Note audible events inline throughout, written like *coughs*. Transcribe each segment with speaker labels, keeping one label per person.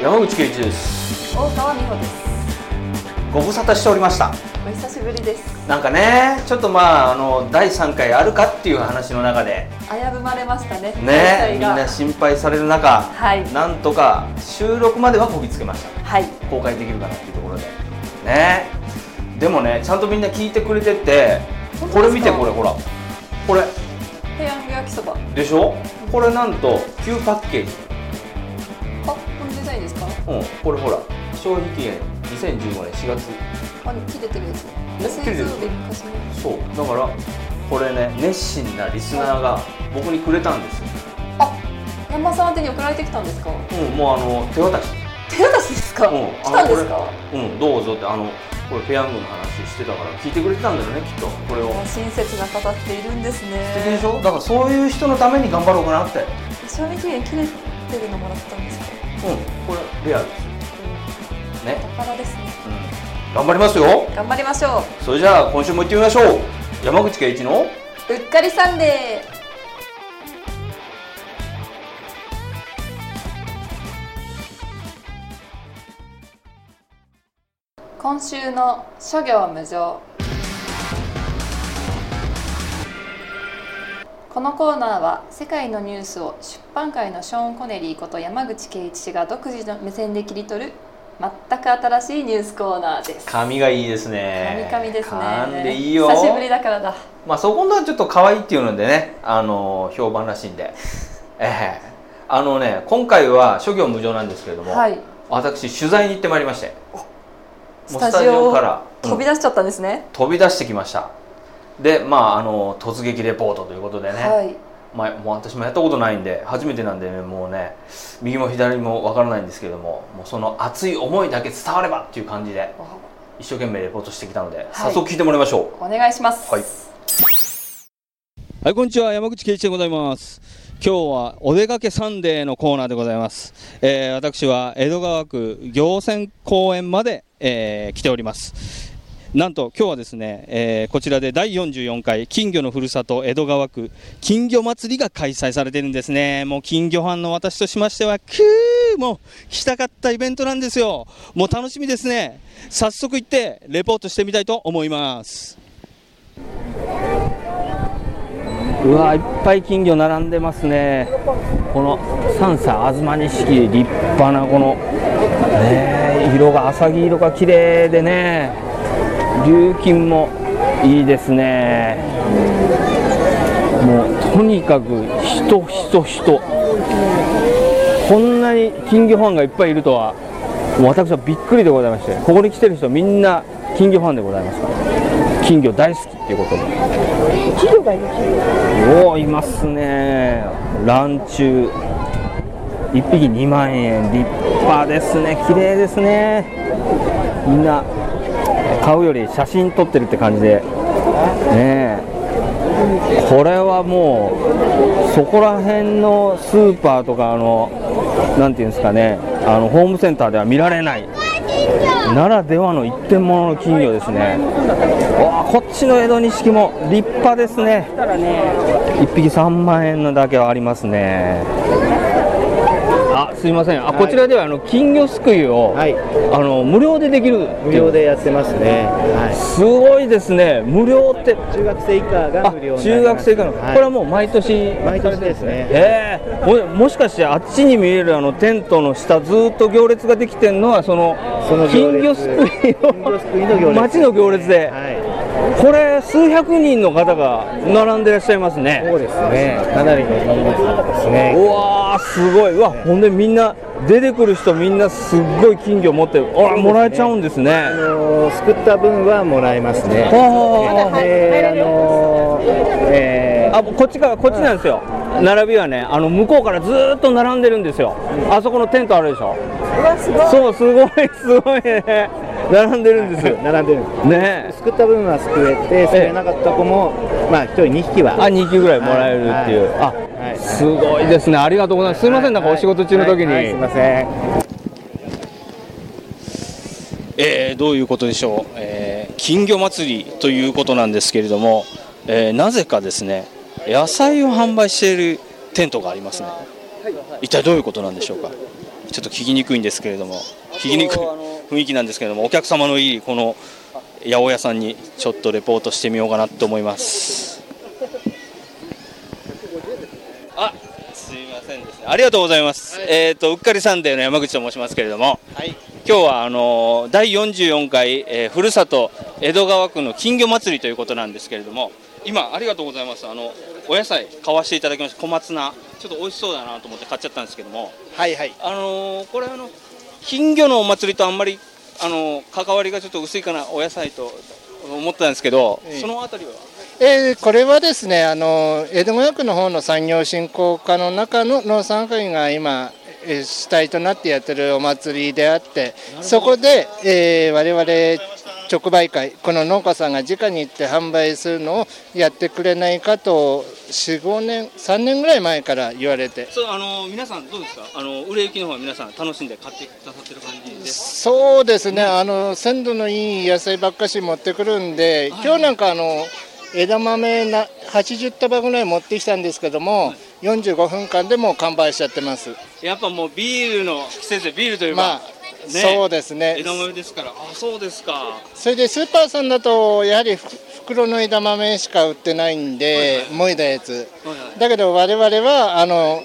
Speaker 1: 山口圭一です
Speaker 2: 大川美穂です。
Speaker 1: ご無沙汰しておりました
Speaker 2: お久しぶりです。
Speaker 1: なんかねちょっとまああの第3回あるかっていう話の中で
Speaker 2: 危ぶまれましたね。
Speaker 1: ねみ
Speaker 2: 開催
Speaker 1: ん
Speaker 2: が
Speaker 1: な心配される中、
Speaker 2: はい
Speaker 1: なんとか収録まではこぎつけました
Speaker 2: はい。
Speaker 1: 公開できるかなっていうところでねでもねちゃんとみんな聞いてくれてて
Speaker 2: 本
Speaker 1: こ
Speaker 2: 当で
Speaker 1: れ
Speaker 2: すか
Speaker 1: 見てこれほらこれ
Speaker 2: 平安焼きそば。あ、
Speaker 1: でしょこれなんと旧パッケージ
Speaker 2: このデザインですか。
Speaker 1: うん、これほら消費期限2015年4月
Speaker 2: あ、切れてるやつ。
Speaker 1: 切れて
Speaker 2: 水
Speaker 1: る
Speaker 2: 曜日に貸しま
Speaker 1: そうだからこれね熱心なリスナーが僕にくれたんですよ、
Speaker 2: あ、山さん宛てに送られてきたんですか。
Speaker 1: うん、もうあの手渡し、
Speaker 2: 手渡しですか。
Speaker 1: うん、
Speaker 2: 来たんです
Speaker 1: あ
Speaker 2: か。
Speaker 1: のこれうんどうぞってあのこれペヤングの話してたから聞いてくれてたんだよねきっとこれを
Speaker 2: あ親切な方っているんです
Speaker 1: 素敵で
Speaker 2: ね
Speaker 1: し。ょだからそういう人のために頑張ろうかなってうん
Speaker 2: 賞味期限切れてるのもらったんですか。
Speaker 1: これレアですね
Speaker 2: お、宝ですね。
Speaker 1: うん、頑張りますよ
Speaker 2: 頑張りましょ
Speaker 1: それじゃあ今週も行ってみましょう山口圭一の
Speaker 2: う。うっかりサンデー。今週の諸行無常このコーナーは世界のニュースを出版界のショーン・コネリーこと山口圭一氏が独自の目線で切り取る全く新しいニュースコーナーです。
Speaker 1: 髪がいいです
Speaker 2: カ
Speaker 1: ね
Speaker 2: ミカミですね。
Speaker 1: 噛んでいいよ
Speaker 2: 久しぶりだからだ。
Speaker 1: まあそこのはちょっと可愛いっていうのでね、あの評判らしいんで、 *laughs* ええあのね今回は諸行無常なんですけれども、
Speaker 2: はい。
Speaker 1: 私取材に行ってまいりまして、もう
Speaker 2: スタジオ
Speaker 1: から
Speaker 2: 飛び
Speaker 1: うん
Speaker 2: 出しちゃったんですね。
Speaker 1: 飛び出してきました。でまああの突撃レポートということでね、
Speaker 2: はい。
Speaker 1: まあもう私もやったことないんで初めてなんでねもうね右も左もわからないんですけれども、もうその熱い思いだけ伝わればっていう感じで一生懸命レポートしてきたので、早速聞いてもらいましょう。
Speaker 2: お願いします。
Speaker 1: はいはい、こんにちは。山口圭一でございます。今日はお出かけサンデーのコーナーでございます。えー私は江戸川区行船公園まで、えー来ております。なんと今日はですね、えーこちらで第44回金魚のふるさと江戸川区金魚祭りが開催されているんですね。もう金魚ファンの私としましては、くーもうしたかったイベントなんですよ。もう楽しみですね。早速行ってレポートしてみたいと思います。
Speaker 3: うわいっぱい金魚並んでますねこの三叉東錦立派なこの、ねえ、色が浅黄色が綺麗でね琉金もいいですねもうとにかく人人人こんなに金魚ファンがいっぱいいるとは私はびっくりでございましてここに来てる人みんな金魚ファンでございますから金魚大好きっていうことでおおいますねランチュウ1匹2万円立派ですね綺麗ですねみんな買うより写真撮ってるって感じでねえこれはもうそこら辺のスーパーとかあのなんていうんですかねあのホームセンターでは見られないならではの一点物の金魚ですねわあこっちの江戸錦も立派ですね1匹3万円のだけはありますねあすいませんあ、こちらではあの金魚すくいを、
Speaker 4: はい、
Speaker 3: あの無料でできるっていう
Speaker 4: 無料でやってますね。は
Speaker 3: すごいですね無料って
Speaker 4: い。中学生以下が
Speaker 3: あ
Speaker 4: 無料にな
Speaker 3: 中
Speaker 4: りま
Speaker 3: 学
Speaker 4: す
Speaker 3: 生からの、
Speaker 4: はい
Speaker 3: これはもう毎年
Speaker 4: 毎年ですね。
Speaker 3: ええももしかしてあっちに見えるあのテントの下ずーっと行列ができてんのはその
Speaker 4: その
Speaker 3: 金
Speaker 4: 行
Speaker 3: 魚
Speaker 4: 列
Speaker 3: すくい
Speaker 4: 金魚すくいの行
Speaker 3: を
Speaker 4: 列
Speaker 3: 町の行列で、
Speaker 4: は
Speaker 3: これ数百人の方が並んでいらっしゃいます
Speaker 4: い。
Speaker 3: ね
Speaker 4: そうですね。かなりの人数ですね。
Speaker 3: うわーすごいうわほんでみんな出てくる人みんなすっごい金魚持ってるあらもらえちゃうんですね
Speaker 4: あのー、すくった分はもらえますね。
Speaker 3: はあはあはあ
Speaker 4: で、あのー、え
Speaker 3: あこっちからこっちなんですよ並びはねあの向こうからずーっと並んでるんですよあそこのテントあるでしょそうすごい *laughs* すごいね並んでるんですよ
Speaker 4: ー、並んでるんで
Speaker 3: ね
Speaker 4: す。すくった分はすくえて、すくえなかった子も、まあ一人二匹は。
Speaker 3: あ2匹ぐらいもらえるっていう、
Speaker 4: はいはい
Speaker 3: あすごいですねありがとうございますすいませんなんかお仕事中の時に、
Speaker 4: はいはいはいすみません。
Speaker 5: えーどういうことでしょう、えー金魚祭りということなんですけれども、えーなぜかですね野菜を販売しているテントがありますね一体どういうことなんでしょうか
Speaker 6: ちょっと聞きにくいんですけれども聞きにくい雰囲気なんですけれどもお客様のいいこの八百屋さんにちょっとレポートしてみようかなと思いますあすいませんですねありがとうございます、えっ、とうっかりサンデーの山口と申しますけれども、今日はあの第44回、えーふるさと江戸川区の金魚祭りということなんですけれども今ありがとうございますあのお野菜買わせていただきました小松菜ちょっと美味しそうだなと思って買っちゃったんですけども
Speaker 7: はいはい
Speaker 6: あのーこれあの金魚のお祭りとあんまりあの関わりがちょっと薄いかなお野菜と思ったんですけど、
Speaker 7: ええ
Speaker 6: そのあたりは
Speaker 7: えーこれはですねあの江戸川区の方の産業振興課の中の農産会が今えー主体となってやってるお祭りであってそこで、えー我々直売会この農家さんが直に行って販売するのをやってくれないかと45年3年ぐらい前から言われて
Speaker 6: そうあのー皆さんどうですかあのー売れ行きの方は皆さん楽しんで買ってくださってる感じです
Speaker 7: そうですね、あの鮮度のいい野菜ばっかし持ってくるんで、今日なんかあの枝豆な80束ぐらい持ってきたんですけども、45分間でもう完売しちゃってます。
Speaker 6: やっぱもうビールの季節でビールといえば、
Speaker 7: まあ、そうですね。
Speaker 6: 枝豆ですからあそうですか
Speaker 7: それでスーパーさんだとやはりふ袋の枝豆しか売ってないんで、もいだやつ。だけど我々はあの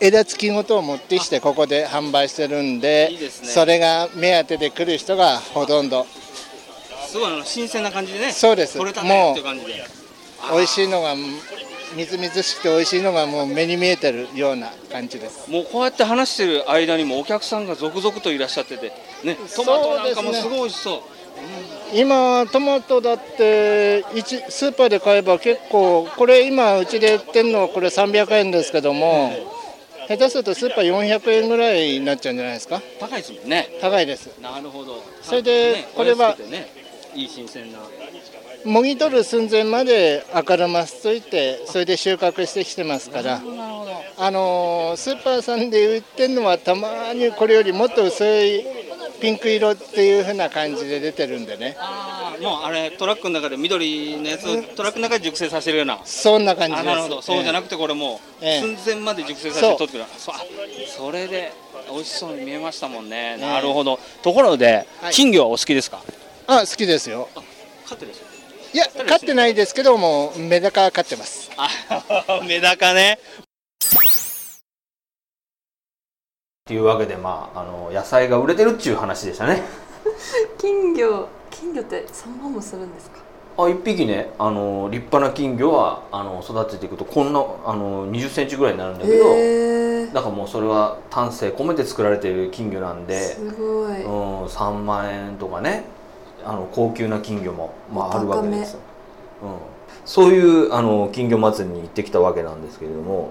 Speaker 7: 枝付きごとを持ってきてここで販売してるんで
Speaker 6: いいですね
Speaker 7: それが目当てで来る人がほとんど
Speaker 6: すごいあの新鮮な感じでね
Speaker 7: そうです
Speaker 6: 取れたねっていう感じで
Speaker 7: 美味しいのがみずみずしくて美味しいのがもう目に見えてるような感じです
Speaker 6: もうこうやって話してる間にもお客さんが続々といらっしゃっててねトマトなんかもすごい美味しそう
Speaker 7: 今トマトだって一スーパーで買えば結構これ今うちで売ってるのはこれ300円ですけども下手するとスーパー400円ぐらいになっちゃうんじゃないですか
Speaker 6: 高いですもんね
Speaker 7: 高いです
Speaker 6: なるほど
Speaker 7: それで
Speaker 6: ね
Speaker 7: これは
Speaker 6: お安くてねいい新鮮な
Speaker 7: もぎ取る寸前まで赤玉すついてそれで収穫してきてますからあのースーパーさんで売ってるのはたまにこれよりもっと薄いピンク色っていう風な感じで出てるんでね
Speaker 6: あーもうあれトラックの中で緑のやつをトラックの中で熟成させるような
Speaker 7: そんな感じで
Speaker 6: あ
Speaker 7: す
Speaker 6: なるほどそうじゃな
Speaker 7: く
Speaker 6: くてこれもう
Speaker 7: ええ
Speaker 6: 寸前まで熟成させて取ってくるそうあそれで美味しそうに見えましたもんねなるほどところで
Speaker 7: はい
Speaker 6: 金魚はお好きですか
Speaker 7: あ好きですよ
Speaker 6: 飼ってるんですか
Speaker 7: いや飼ってないですけどもメダカ飼ってます
Speaker 6: あ *laughs* メダカね
Speaker 1: っていうわけでまああの野菜が売れてるっちゅう話でしたね
Speaker 2: 金魚金魚って3万もするんですか
Speaker 1: あ一匹ねあの立派な金魚はあの育てていくとこんなあの20センチぐらいになるんだけど、
Speaker 2: えー、
Speaker 1: だからもうそれは丹精込めて作られてる金魚なんで、
Speaker 2: すごい、
Speaker 1: うん、3万円とかねあの高級な金魚も、まあ、あるわけですよ、うん、そういうあの金魚祭りに行ってきたわけなんですけれども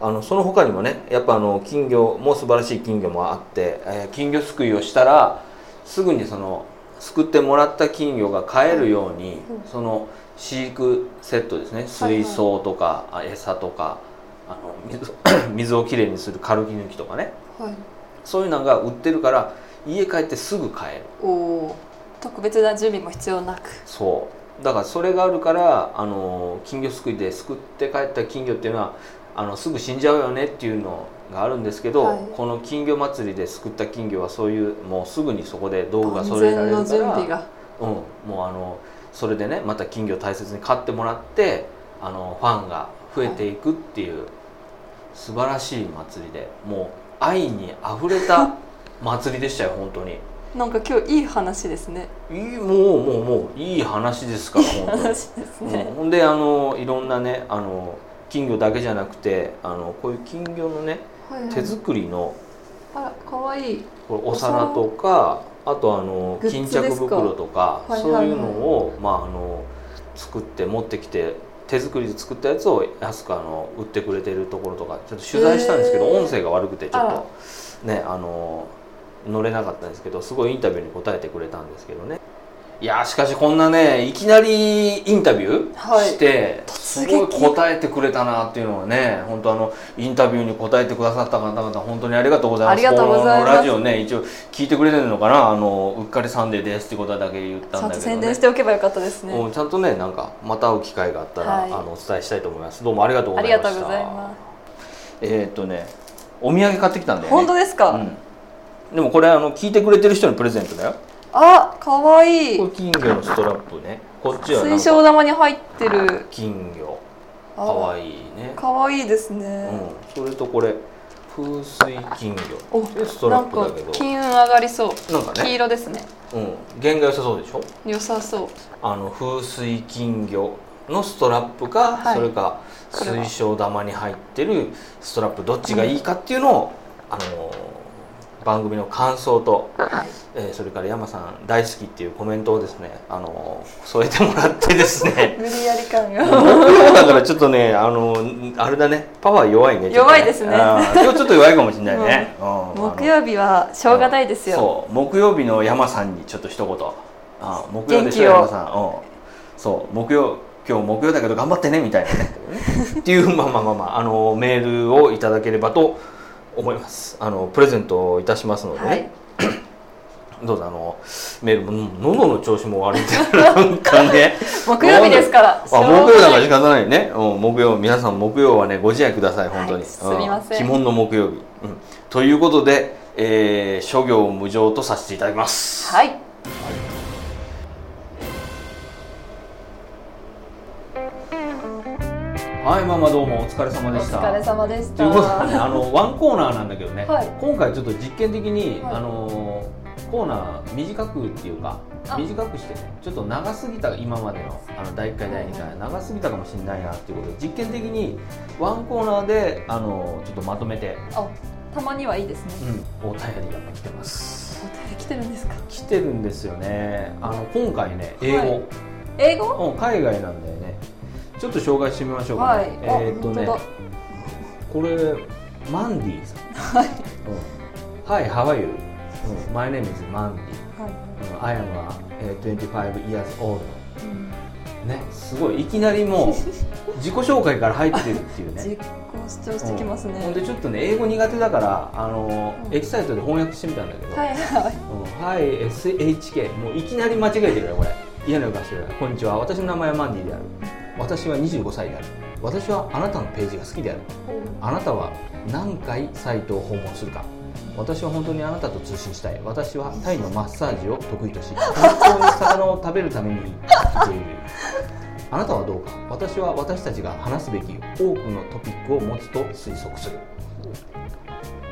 Speaker 1: あのその他にもねやっぱあの金魚も素晴らしい金魚もあって、えー金魚すくいをしたらすぐにそのすくってもらった金魚が飼えるように、その飼育セットですね水槽とか、あ餌とかあの水を水 *coughs* をきれいにする軽木抜きとかね
Speaker 2: はい、
Speaker 1: そういうのが売ってるから家帰ってすぐ買える
Speaker 2: おお特別な準備も必要なく
Speaker 1: そうだからそれがあるからあの金魚すくいですくって帰った金魚っていうのはあのすぐ死んじゃうよねっていうのがあるんですけど、
Speaker 2: はい
Speaker 1: この金魚祭りですくった金魚はそういうもうすぐにそこで道具が
Speaker 2: 万
Speaker 1: 揃えられるか
Speaker 2: 全の
Speaker 1: ら
Speaker 2: 準備が
Speaker 1: うん、もうあのそれでねまた金魚を大切に飼ってもらってあのファンが増えていくっていう、素晴らしい祭りでもう愛にあふれた祭りでしたよ本当に。
Speaker 2: なんか今日いい話ですね
Speaker 1: いいもうもうもういい話ですから本当に
Speaker 2: 話です *laughs*
Speaker 1: うん
Speaker 2: ね、
Speaker 1: ほんであのいろんなねあの金魚だけじゃなくてあのこういう金魚のね
Speaker 2: はいはい
Speaker 1: 手作りの
Speaker 2: あら可愛い
Speaker 1: これお皿とかあとあの
Speaker 2: グッズで
Speaker 1: 巾
Speaker 2: すか
Speaker 1: 着袋とか
Speaker 2: はいはい
Speaker 1: そ
Speaker 2: はい
Speaker 1: ういうのをまああの作って持ってきて手作りで作ったやつを安くあの売ってくれてるところとかちょっと取材したんですけど
Speaker 2: へー
Speaker 1: 音声が悪くてちょっとねあの乗れなかったんですけどすごいインタビューに答えてくれたんですけどねいやーしかしこんなねいきなりインタビュー
Speaker 2: はい
Speaker 1: して、
Speaker 2: 突
Speaker 1: す
Speaker 2: 撃
Speaker 1: ごい答えてくれたなっていうのはね本当あのインタビューに答えてくださった方々本当にありがとうございます
Speaker 2: ありがとうございます
Speaker 1: このラジオね一応聞いてくれてるのかなあのうっかりサンデーですってことだけ言った
Speaker 2: ちゃ
Speaker 1: ん
Speaker 2: ん
Speaker 1: だ
Speaker 2: と
Speaker 1: けど、ね、
Speaker 2: 宣伝しておけばよかったですね
Speaker 1: うんちゃんとねなんかまた会う機会があったら、
Speaker 2: はい
Speaker 1: あのお伝えしたいと思いますどうもありがとうご
Speaker 2: あ
Speaker 1: ざ
Speaker 2: り
Speaker 1: いま
Speaker 2: が
Speaker 1: した
Speaker 2: とうございます
Speaker 1: えーっとねお土産買ってきたんだよね
Speaker 2: 本当ですか、
Speaker 1: うんでもこれあの聞いてくれてる人にプレゼントだよ
Speaker 2: あかわいい
Speaker 1: これ金魚のストラップねこっちはなん
Speaker 2: 水
Speaker 1: か
Speaker 2: 晶玉に入ってる
Speaker 1: 金魚
Speaker 2: あ
Speaker 1: かわいいね
Speaker 2: かわいいです
Speaker 1: う
Speaker 2: ね、
Speaker 1: んそれとこれ風水金魚
Speaker 2: お
Speaker 1: でスト
Speaker 2: な
Speaker 1: ラッ
Speaker 2: ん
Speaker 1: プだ
Speaker 2: か
Speaker 1: けど
Speaker 2: 金運上がりそう
Speaker 1: なんか
Speaker 2: 黄
Speaker 1: ね、
Speaker 2: 色ですね
Speaker 1: うん、弦が良さそうでしょ
Speaker 2: 良さそう
Speaker 1: あの風水金魚のストラップか、
Speaker 2: はい
Speaker 1: それか
Speaker 2: これは
Speaker 1: 水晶玉に入ってるストラップどっちがいいかっていうのを、あの番組の感想と、えーそれから山さん大好きっていうコメントをですねあの添えてもらってですね
Speaker 2: *laughs* 無理やり感が
Speaker 1: だからちょっとねあのあれだねパワー弱いねちょっと
Speaker 2: 弱いですね
Speaker 1: あー今日ちょっと弱いかもしれないね、うんあの
Speaker 2: 木曜日はしょうがないですよ
Speaker 1: そう木曜日の山さんにちょっと一言あ木曜でしょ
Speaker 2: 元気を
Speaker 1: 山さん、うん、そう木曜今日木曜だけど頑張ってねみたいな
Speaker 2: *laughs*
Speaker 1: ねっていうまあまあまあ、まあ、あのメールをいただければと思いますあのプレゼントをいたしますのでね、
Speaker 2: はい
Speaker 1: どうぞあのメールも喉の調子も悪いんでなんかね
Speaker 2: *laughs* 木曜日ですから
Speaker 1: あ木曜だから
Speaker 2: しょうがない
Speaker 1: 仕方ないね、うん、木曜皆さん木曜はねご自愛ください本当に、
Speaker 2: はいすみません
Speaker 1: うん鬼門の木曜日、うん、ということで、えー、諸行無常とさせていただきます
Speaker 2: はい
Speaker 1: はいママどうもお疲れ様
Speaker 2: お
Speaker 1: でした
Speaker 2: 疲れ様でした
Speaker 1: ということでねあのワンコーナーなんだけどね、
Speaker 2: はい
Speaker 1: 今回ちょっと実験的に、
Speaker 2: はい
Speaker 1: あのコーナー短くっていうか
Speaker 2: あ
Speaker 1: 短くしてねちょっと長すぎた今までのあの第1回第2回長すぎたかもしれないなっていうことで実験的にワンコーナーであのちょっとまとめて、 *laughs*
Speaker 2: あたまにはいいですね
Speaker 1: うん、お便りが来てます
Speaker 2: お便り来てるんですか
Speaker 1: 来てるんですよねあの今回ね英
Speaker 2: は
Speaker 1: 語、
Speaker 2: 英語
Speaker 1: うん海外なんだよねちょっと紹介してみましょうか、
Speaker 2: は
Speaker 1: ね
Speaker 2: い
Speaker 1: えーっとね
Speaker 2: あ本
Speaker 1: これマンディさん
Speaker 2: 当だはい
Speaker 1: はい、How are you? My name is Mandy.
Speaker 2: は
Speaker 1: I am a, えー25 years old.
Speaker 2: いうん
Speaker 1: ね、すごい。いきなり
Speaker 2: *laughs*
Speaker 1: もう自己紹介から入ってるっていう
Speaker 2: 実
Speaker 1: ね。
Speaker 2: 行主張してきます
Speaker 1: うんほんで
Speaker 2: ね
Speaker 1: ちょっとね、英語苦手だから、あのー
Speaker 2: うん
Speaker 1: エキサイトで翻訳してみたんだけど、
Speaker 2: はいはい
Speaker 1: うんはい、SHK。もういきなり間違えてるよ、これ。嫌な予感してるから。こんにちは。私の名前はマンディである。私は25歳である。私はあなたのページが好きである。あなたは何回サイトを訪問するか私は本当にあなたと通信したい私はタイのマッサージを得意とし本当に魚を食べるために生きているあなたはどうか私は私たちが話すべき多くのトピックを持つと推測する、ね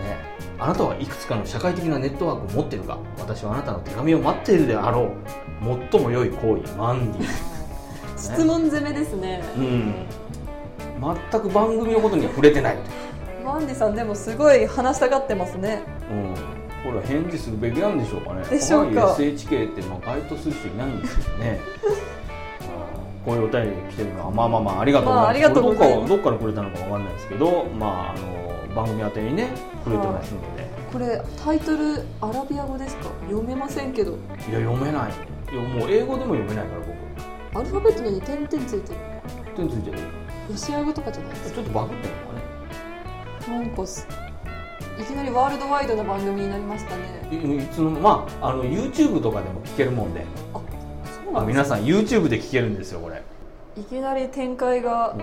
Speaker 1: え、あなたはいくつかの社会的なネットワークを持っているが私はあなたの手紙を待っているであろう最も良い行為マンディ
Speaker 2: 質問攻めですね
Speaker 1: うん全く番組のことには触れてない
Speaker 2: マンディさんでもすごい話したがってますね
Speaker 1: うん、これは返事するべきなんでしょうかね。
Speaker 2: でしょうか
Speaker 1: ハワイ SHK ってまあ該当する人いないんですよ *laughs* ね。うんこういうお便りが来てるのはまあまあまあありがとうございます。
Speaker 2: まあありがとうございます
Speaker 1: これどっかどっからくれたのかわかんないですけど、まああの番組宛てにねくれてますので、
Speaker 2: これタイトルアラビア語ですか読めませんけど
Speaker 1: い、や読めない。いやもう英語でも読めないから僕。
Speaker 2: アルファベットのに点々ついてる
Speaker 1: 手についてる。
Speaker 2: ロシア語とかじゃないです
Speaker 1: ちょっとバグってるのかね。
Speaker 2: かなんかすいきなりワールドワイドな番組になりましたね
Speaker 1: いいつのまああの YouTube とかでも聞けるもんで、
Speaker 2: そう
Speaker 1: ま
Speaker 2: な
Speaker 1: あ
Speaker 2: んで
Speaker 1: 皆さん YouTube で聞けるんですよこれ。
Speaker 2: すいきなり展開が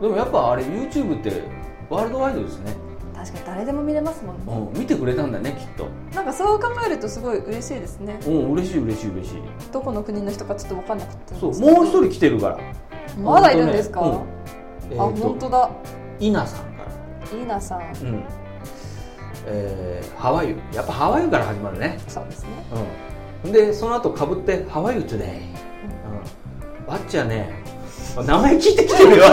Speaker 1: でもやっぱあれ YouTube ってワールドワイドですね。
Speaker 2: 確かに誰でも見れますもんね
Speaker 1: うん、見てくれたんだねきっと
Speaker 2: なんかそう考えるとすごい嬉しいですね
Speaker 1: うん嬉しい嬉しい嬉しい
Speaker 2: どこの国の人かちょっと分かんなかったん
Speaker 1: そう
Speaker 2: ですけど
Speaker 1: もう一人来てるから
Speaker 2: まだいるんですか、
Speaker 1: ほとねうんえ
Speaker 2: あ
Speaker 1: ーと
Speaker 2: 本当だ
Speaker 1: イナさんから
Speaker 2: イーナさん
Speaker 1: うんえー、ハワイユやっぱハワイユから始まるね
Speaker 2: そうですね
Speaker 1: うんでその後かぶってハワイユトゥデイうんわっちはね名前聞いてきてる
Speaker 2: *laughs*
Speaker 1: よ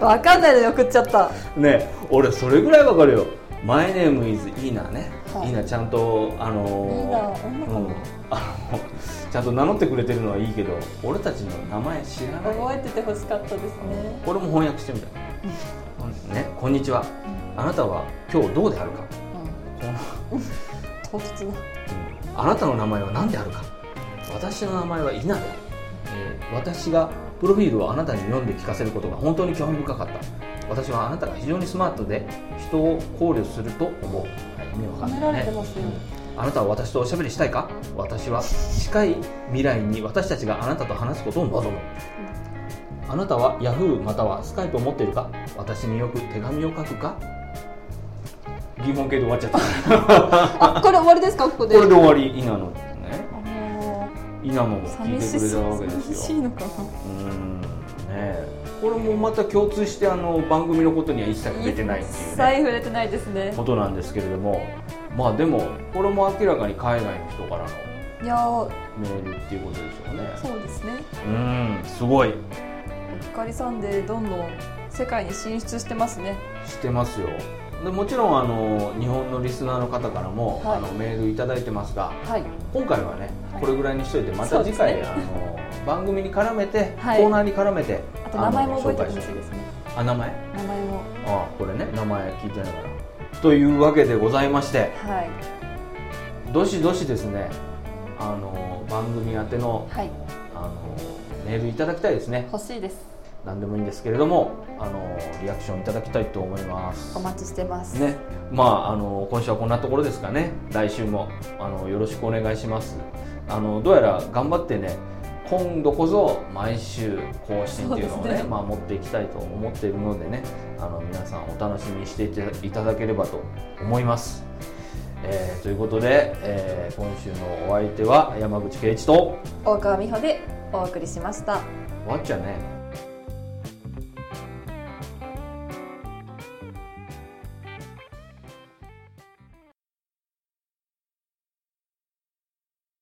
Speaker 2: 分かんないで送っちゃった
Speaker 1: ね俺それぐらいわかるよマイネームイズイーナね、
Speaker 2: はい
Speaker 1: イーナちゃんとあ
Speaker 2: イ
Speaker 1: のー
Speaker 2: ー
Speaker 1: う、
Speaker 2: ナ女かなん
Speaker 1: あのちゃんと名乗ってくれてるのはいいけど俺たちの名前知らない
Speaker 2: 覚えててほしかったですね
Speaker 1: これも翻訳してみた、ね、こんにちは、あなたは今日どうであるか
Speaker 2: 唐突だ
Speaker 1: あなたの名前は何であるか私の名前は稲である、えー私がプロフィールをあなたに読んで聞かせることが本当に興味深かった私はあなたが非常にスマートで人を考慮すると思う、はい、意味わかんな
Speaker 2: 褒め
Speaker 1: い
Speaker 2: ら
Speaker 1: ね
Speaker 2: れてますよ、
Speaker 1: あなたは私とおしゃべりしたいか私は近い未来に私たちがあなたと話すことを望むあなたは Yahoo または Skype を持っているか私によく手紙を書くか疑問形で終わっちゃった
Speaker 2: あこれ終わりですかここで
Speaker 1: これで終わり稲野ですね
Speaker 2: も
Speaker 1: 稲野も
Speaker 2: う
Speaker 1: 聞いて
Speaker 2: 寂し
Speaker 1: くれた
Speaker 2: そ
Speaker 1: わけ
Speaker 2: う
Speaker 1: で
Speaker 2: 寂
Speaker 1: す
Speaker 2: し
Speaker 1: よ
Speaker 2: いのかな
Speaker 1: うーんねえこれもまた共通してあの番組のことには一切触れてないっていう
Speaker 2: 一切
Speaker 1: ね
Speaker 2: 触れてないですね
Speaker 1: ことなんですけれどもまあでもこれも明らかに海外の人からの
Speaker 2: いやー
Speaker 1: メールっていうことでしょうね
Speaker 2: そうですね
Speaker 1: うんすごい
Speaker 2: うっかりさんでどんどん世界に進出してますね
Speaker 1: してますよでもちろんあの日本のリスナーの方からも、
Speaker 2: はい
Speaker 1: あのメールいただいてますが
Speaker 2: はい
Speaker 1: 今回はね
Speaker 2: はい
Speaker 1: これぐらいにしといてま
Speaker 2: そ
Speaker 1: た
Speaker 2: うで
Speaker 1: 次
Speaker 2: す
Speaker 1: 回、
Speaker 2: ね
Speaker 1: あの番組に絡めて、
Speaker 2: はい
Speaker 1: コーナーに絡めて
Speaker 2: あと名前も覚えて
Speaker 1: あの
Speaker 2: ほしい
Speaker 1: 紹介
Speaker 2: ですね
Speaker 1: してあ名前
Speaker 2: 名前も
Speaker 1: ああこれね名前聞いてながらというわけでございまして
Speaker 2: はい
Speaker 1: どしどしですねあの番組宛ての
Speaker 2: はい
Speaker 1: あのメールいただきたいですね
Speaker 2: 欲しいです
Speaker 1: 何でもいいんですけれどもあのリアクションいただきたいと思います
Speaker 2: お待ちしてます、
Speaker 1: ねまああの今週はこんなところですかね来週もあのよろしくお願いしますあのどうやら頑張ってね今度こそ毎週更新っていうのを
Speaker 2: そう
Speaker 1: ね
Speaker 2: ですね
Speaker 1: まあ、持っていきたいと思っているのでねあの皆さんお楽しみにしていたいただければと思います、えーということで、えー今週のお相手は山口圭一と
Speaker 2: 大川美穂でお送りしました
Speaker 1: 終わっちゃうね